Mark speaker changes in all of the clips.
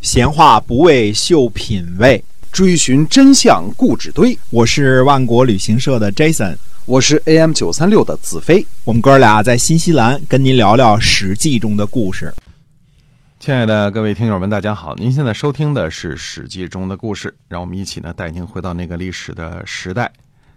Speaker 1: 闲话不为秀品味，
Speaker 2: 追寻真相故纸堆。
Speaker 1: 我是万国旅行社的 Jason，
Speaker 2: 我是 AM 九三六的子飞。
Speaker 1: 我们哥俩在新西兰跟您聊聊《史记》中的故事。
Speaker 3: 亲爱的各位听友们，大家好！您现在收听的是《史记》中的故事，让我们一起呢带您回到那个历史的时代，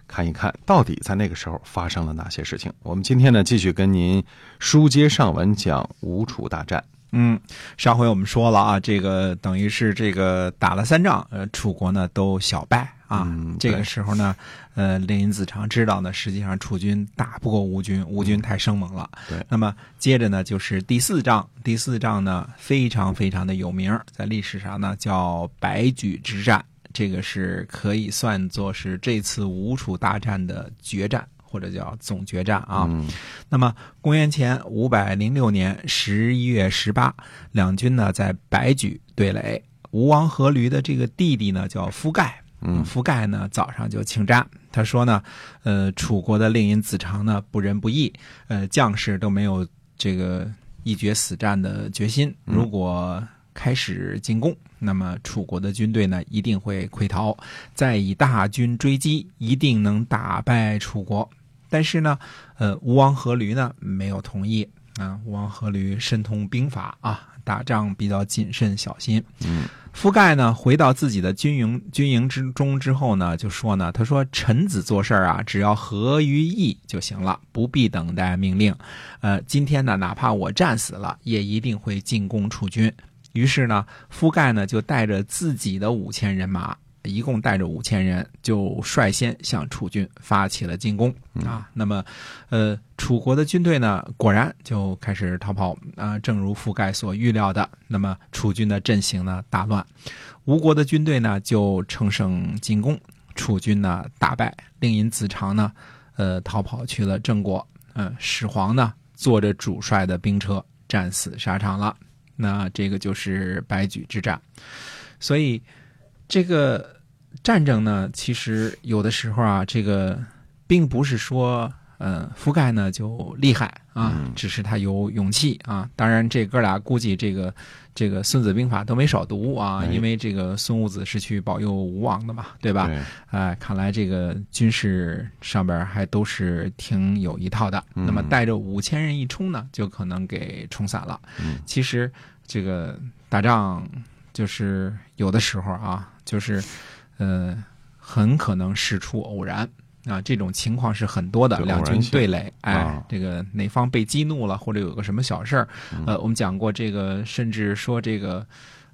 Speaker 3: 看一看到底在那个时候发生了哪些事情。我们今天呢继续跟您书接上文讲吴楚大战。
Speaker 1: 嗯，上回我们说了啊，这个等于是这个打了三仗，呃，楚国呢都小败啊。
Speaker 3: 嗯
Speaker 1: 这个
Speaker 3: 对
Speaker 1: 时候呢，呃，林子长知道呢，实际上楚军打不过吴军，吴军太生猛了。
Speaker 3: 对
Speaker 1: 那么接着呢，就是第四仗，第四仗呢非常非常的有名儿，在历史上呢叫白举之战，这个是可以算作是这次吴楚大战的决战，或者叫总决战啊。
Speaker 3: 嗯
Speaker 1: 那么，公元前五百零六年十一月十八，两军呢在白举对垒。吴王阖闾的这个弟弟呢叫夫盖，
Speaker 3: 嗯
Speaker 1: 夫盖呢早上就请战，他说呢，呃，楚国的令尹子长呢不仁不义，呃，将士都没有这个一决死战的决心，
Speaker 3: 嗯
Speaker 1: 如果开始进攻，那么楚国的军队呢一定会溃逃，再以大军追击，一定能打败楚国。但是呢，呃，吴王阖闾呢没有同意啊。吴王阖闾深通兵法啊，打仗比较谨慎小心。
Speaker 3: 嗯
Speaker 1: 夫盖呢回到自己的军营军营之中之后呢，就说呢，他说臣子做事儿啊，只要合于义就行了，不必等待命令。呃，今天呢，哪怕我战死了，也一定会进攻楚军。于是呢，夫盖呢就带着自己的五千人马，一共带着五千人，就率先向楚军发起了进攻啊。那么，呃，楚国的军队呢，果然就开始逃跑啊、正如夫盖所预料的。那么，楚军的阵型呢大乱，吴国的军队呢就乘胜进攻，楚军呢大败，令尹子长呢，呃，逃跑去了郑国。嗯、始皇呢坐着主帅的兵车战死沙场了。那这个就是白举之战。所以，这个战争呢，其实有的时候啊，这个并不是说，呃，覆盖呢就厉害啊，只是他有勇气啊。当然，这哥俩估计这个这个《孙子兵法》都没少读啊，
Speaker 3: 哎
Speaker 1: 因为这个孙武子是去保佑吴王的嘛，对吧？
Speaker 3: 对，
Speaker 1: 哎，看来这个军事上边还都是挺有一套的。那么
Speaker 3: 嗯
Speaker 1: 带着五千人一冲呢，就可能给冲散了。
Speaker 3: 嗯
Speaker 1: 其实这个打仗就是有的时候啊，就是呃，很可能事出偶然。啊，这种情况是很多的，
Speaker 3: 有偶
Speaker 1: 两
Speaker 3: 然
Speaker 1: 军
Speaker 3: 性
Speaker 1: 对垒，哎，
Speaker 3: 啊嗯
Speaker 1: 这个哪方被激怒了，或者有个什么小事儿，呃，我们讲过这个，甚至说这个，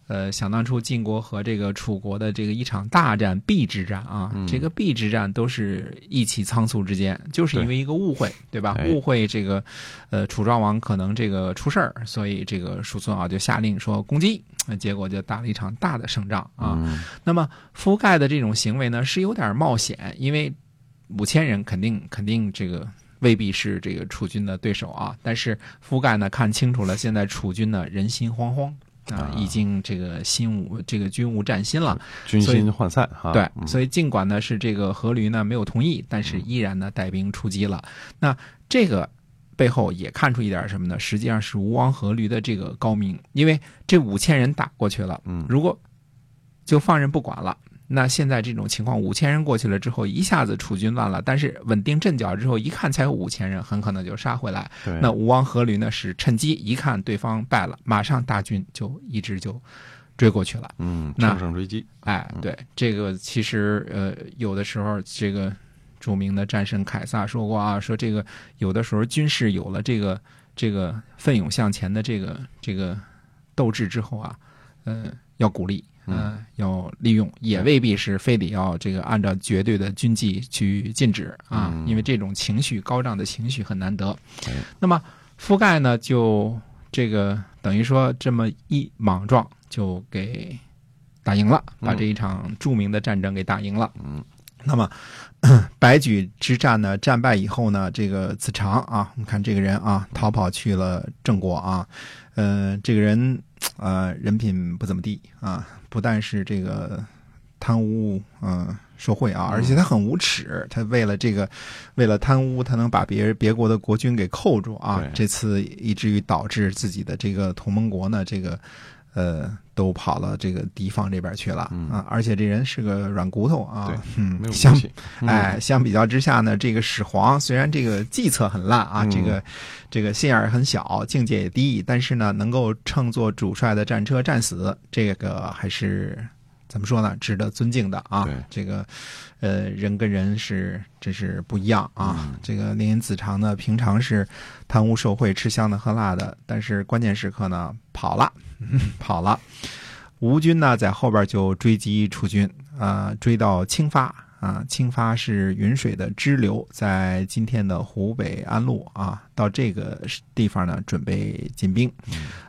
Speaker 1: 呃，想当初晋国和这个楚国的这个一场大战邲之战啊，这个邲之战都是意气仓促之间，就是因为一个误会，对吧？
Speaker 3: 哎
Speaker 1: 误会这个，呃，楚庄王可能这个出事儿，所以这个叔孙敖啊就下令说攻击，呃结果就打了一场大的胜仗啊。
Speaker 3: 嗯
Speaker 1: 那么覆盖的这种行为呢，是有点冒险，因为五千人肯定肯定这个未必是这个楚军的对手啊。但是覆盖呢看清楚了，现在楚军呢人心惶惶啊
Speaker 3: 啊，
Speaker 1: 已经这个心无这个军无战心了。
Speaker 3: 军
Speaker 1: 所以
Speaker 3: 心涣散哈。
Speaker 1: 对，
Speaker 3: 嗯
Speaker 1: 所以尽管呢是这个阖闾呢没有同意，但是依然呢带兵出击了。那这个背后也看出一点什么呢？实际上是吴王阖闾的这个高明，因为这五千人打过去了，
Speaker 3: 嗯
Speaker 1: 如果就放任不管了。那现在这种情况，五千人过去了之后，一下子楚军乱了，但是稳定阵脚之后，一看才有五千人，很可能就杀回来。
Speaker 3: 对
Speaker 1: 那吴王阖闾呢是趁机一看对方败了，马上大军就一直就追过去了。
Speaker 3: 嗯
Speaker 1: 那
Speaker 3: 乘胜追击，
Speaker 1: 哎，对，这个其实呃，有的时候这个著名的战神凯撒说过啊，说这个有的时候军事有了这个这个奋勇向前的这个这个斗志之后啊，呃，要鼓励。嗯、要利用，也未必是非得要这个按照绝对的军纪去禁止啊，因为这种情绪高涨的情绪很难得。那么覆盖呢，就这个等于说这么一莽撞就给打赢了，把这一场著名的战争给打赢了。
Speaker 3: 嗯，
Speaker 1: 那么白举之战呢，战败以后呢，这个子长啊，我们看这个人啊，逃跑去了郑国啊，呃，这个人呃人品不怎么地啊，不但是这个贪污，嗯、受贿啊，而且他很无耻，他为了这个，为了贪污，他能把别人别国的国君给扣住啊
Speaker 3: 对。
Speaker 1: 这次以至于导致自己的这个同盟国呢，这个呃，都跑到这个敌方这边去了、
Speaker 3: 嗯
Speaker 1: 啊！而且这人是个软骨头啊
Speaker 3: 对，没有
Speaker 1: 嗯，
Speaker 3: 武
Speaker 1: 相
Speaker 3: 器，嗯
Speaker 1: 哎，相比较之下呢，这个始皇虽然这个计策很烂啊，
Speaker 3: 嗯
Speaker 1: 这个这个心眼儿很小，境界也低，但是呢，能够乘坐主帅的战车战死，这个还是怎么说呢，值得尊敬的啊
Speaker 3: 对。
Speaker 1: 这个呃，人跟人是真是不一样啊。
Speaker 3: 嗯
Speaker 1: 这个令尹子长呢，平常是贪污受贿、吃香的喝辣的，但是关键时刻呢，跑了， 跑了。吴军呢，在后边就追击楚军，啊、追到清发啊，清发是云水的支流，在今天的湖北安陆啊，到这个地方呢，准备进兵。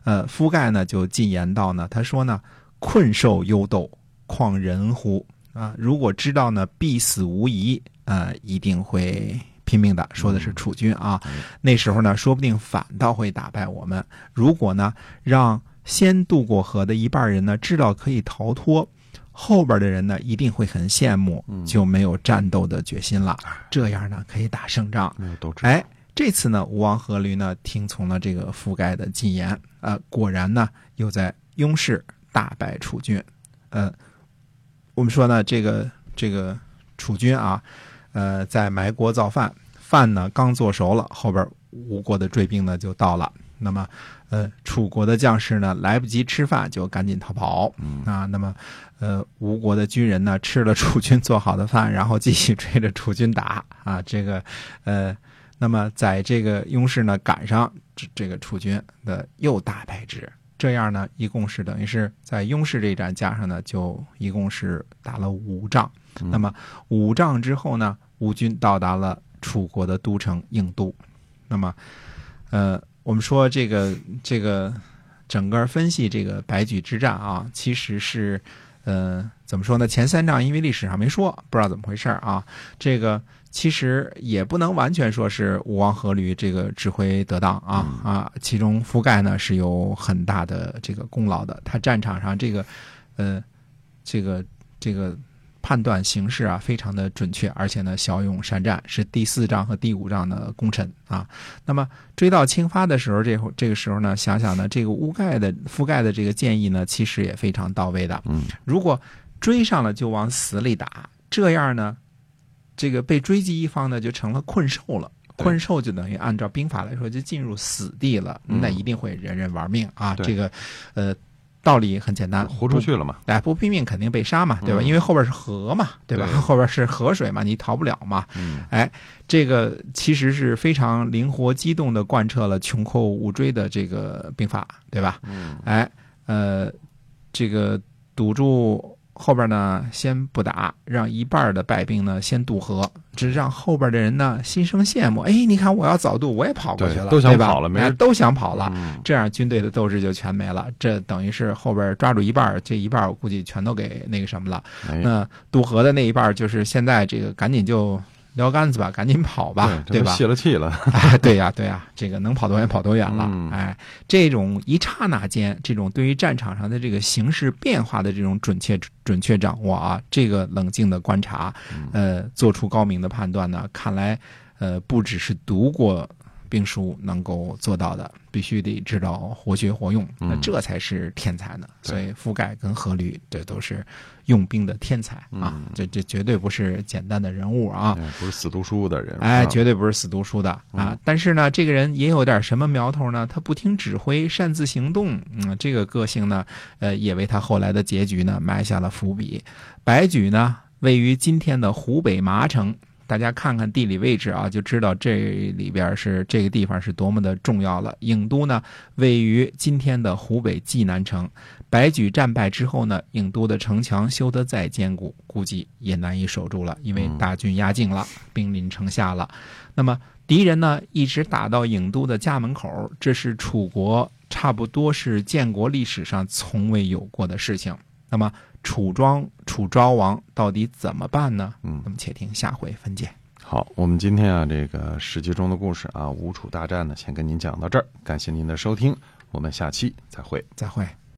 Speaker 1: 呃，夫盖呢就进言道呢，他说呢，困兽犹斗，况人乎？啊，如果知道呢，必死无疑，呃，一定会拼命的。说的是楚军啊，那时候呢，说不定反倒会打败我们。如果呢，让先渡过河的一半人呢知道可以逃脱，后边的人呢一定会很羡慕，就没有战斗的决心了。这样呢，可以打胜仗。
Speaker 3: 没有斗志，
Speaker 1: 哎，这次呢，吴王阖闾呢听从了这个覆盖的进言，呃，果然呢又在雍氏大败楚军。呃，我们说呢，这个这个楚军啊，呃，在埋锅造饭，饭呢刚做熟了，后边吴国的追兵呢就到了。那么，呃，楚国的将士呢来不及吃饭，就赶紧逃跑。
Speaker 3: 嗯
Speaker 1: 啊，那么，呃，吴国的军人呢吃了楚军做好的饭，然后继续追着楚军打啊。这个，呃，那么在这个雍氏呢赶上这这个楚军的又大败之，这样呢一共是等于是在雍氏这一战加上呢就一共是打了五仗。
Speaker 3: 嗯
Speaker 1: 那么五仗之后呢，吴军到达了楚国的都城郢都。那么，呃，我们说这个这个整个分析这个白举之战啊，其实是。呃，怎么说呢？前三仗因为历史上没说，不知道怎么回事儿啊。这个其实也不能完全说是吴王阖闾这个指挥得当啊、啊，其中覆盖呢是有很大的这个功劳的，他战场上这个，呃，这个这个判断形势啊非常的准确，而且呢骁勇善战，是第四仗和第五仗的功臣啊。那么追到清发的时候，这会这个时候呢，想想呢，这个乌盖的覆盖的这个建议呢，其实也非常到位的，
Speaker 3: 嗯，
Speaker 1: 如果追上了就往死里打，这样呢，这个被追击一方呢就成了困兽了。
Speaker 3: 对
Speaker 1: 困兽就等于按照兵法来说就进入死地了，
Speaker 3: 嗯
Speaker 1: 那一定会人人玩命啊！
Speaker 3: 对
Speaker 1: 这个，呃，道理很简单，
Speaker 3: 豁出去了嘛，
Speaker 1: 哎，不拼命肯定被杀嘛，对吧？
Speaker 3: 嗯
Speaker 1: 因为后边是河嘛，对吧？
Speaker 3: 对
Speaker 1: 后边是河水嘛，你逃不了嘛。
Speaker 3: 嗯
Speaker 1: 哎，这个其实是非常灵活机动的贯彻了穷寇勿追的这个兵法，对吧？
Speaker 3: 嗯，
Speaker 1: 哎，呃，这个堵住后边呢，先不打，让一半的败兵呢先渡河，只让后边的人呢心生羡慕。哎，你看我要早渡，我也跑过去
Speaker 3: 对
Speaker 1: 了，
Speaker 3: 都想
Speaker 1: 对吧
Speaker 3: 跑了没人
Speaker 1: 哎都想跑了。
Speaker 3: 嗯
Speaker 1: 这样军队的斗志就全没了，这等于是后边抓住一半儿，这一半儿我估计全都给那个什么了。
Speaker 3: 哎，
Speaker 1: 那渡河的那一半儿就是现在这个赶紧就撩杆子吧，赶紧跑吧，
Speaker 3: 对这
Speaker 1: 对
Speaker 3: 都
Speaker 1: 吧？
Speaker 3: 泄了气了，
Speaker 1: 哎，对呀、对呀、这个能跑多远跑多远了。
Speaker 3: 嗯
Speaker 1: 哎，这种一刹那间，这种对于战场上的这个形势变化的这种准确准确掌握啊，这个冷静的观察，
Speaker 3: 嗯
Speaker 1: 呃，做出高明的判断呢，看来呃，不只是读过兵书能够做到的，必须得知道活学活用，那
Speaker 3: 嗯
Speaker 1: 这才是天才呢。
Speaker 3: 对
Speaker 1: 所以覆盖跟阖闾这都是用兵的天才啊，
Speaker 3: 嗯
Speaker 1: 这这绝对不是简单的人物啊。
Speaker 3: 哎不是死读书的人，
Speaker 1: 哎，
Speaker 3: 啊嗯
Speaker 1: 绝对不是死读书的啊！但是呢，这个人也有点什么苗头呢？他不听指挥，擅自行动，嗯，这个个性呢，呃，也为他后来的结局呢埋下了伏笔。白举呢，位于今天的湖北麻城。大家看看地理位置啊，就知道这里边是这个地方是多么的重要了。郢都呢，位于今天的湖北济南城。白举战败之后呢，郢都的城墙修得再坚固，估计也难以守住了，因为
Speaker 3: 嗯
Speaker 1: 大军压境了，兵临城下了。那么敌人呢，一直打到郢都的家门口，这是楚国差不多是建国历史上从未有过的事情。那么楚庄楚昭王到底怎么办呢？
Speaker 3: 嗯
Speaker 1: 那么且听下回分解。
Speaker 3: 好，我们今天啊，这个史记中的故事啊，吴楚大战呢，先跟您讲到这儿，感谢您的收听，我们下期再会。
Speaker 1: 再会。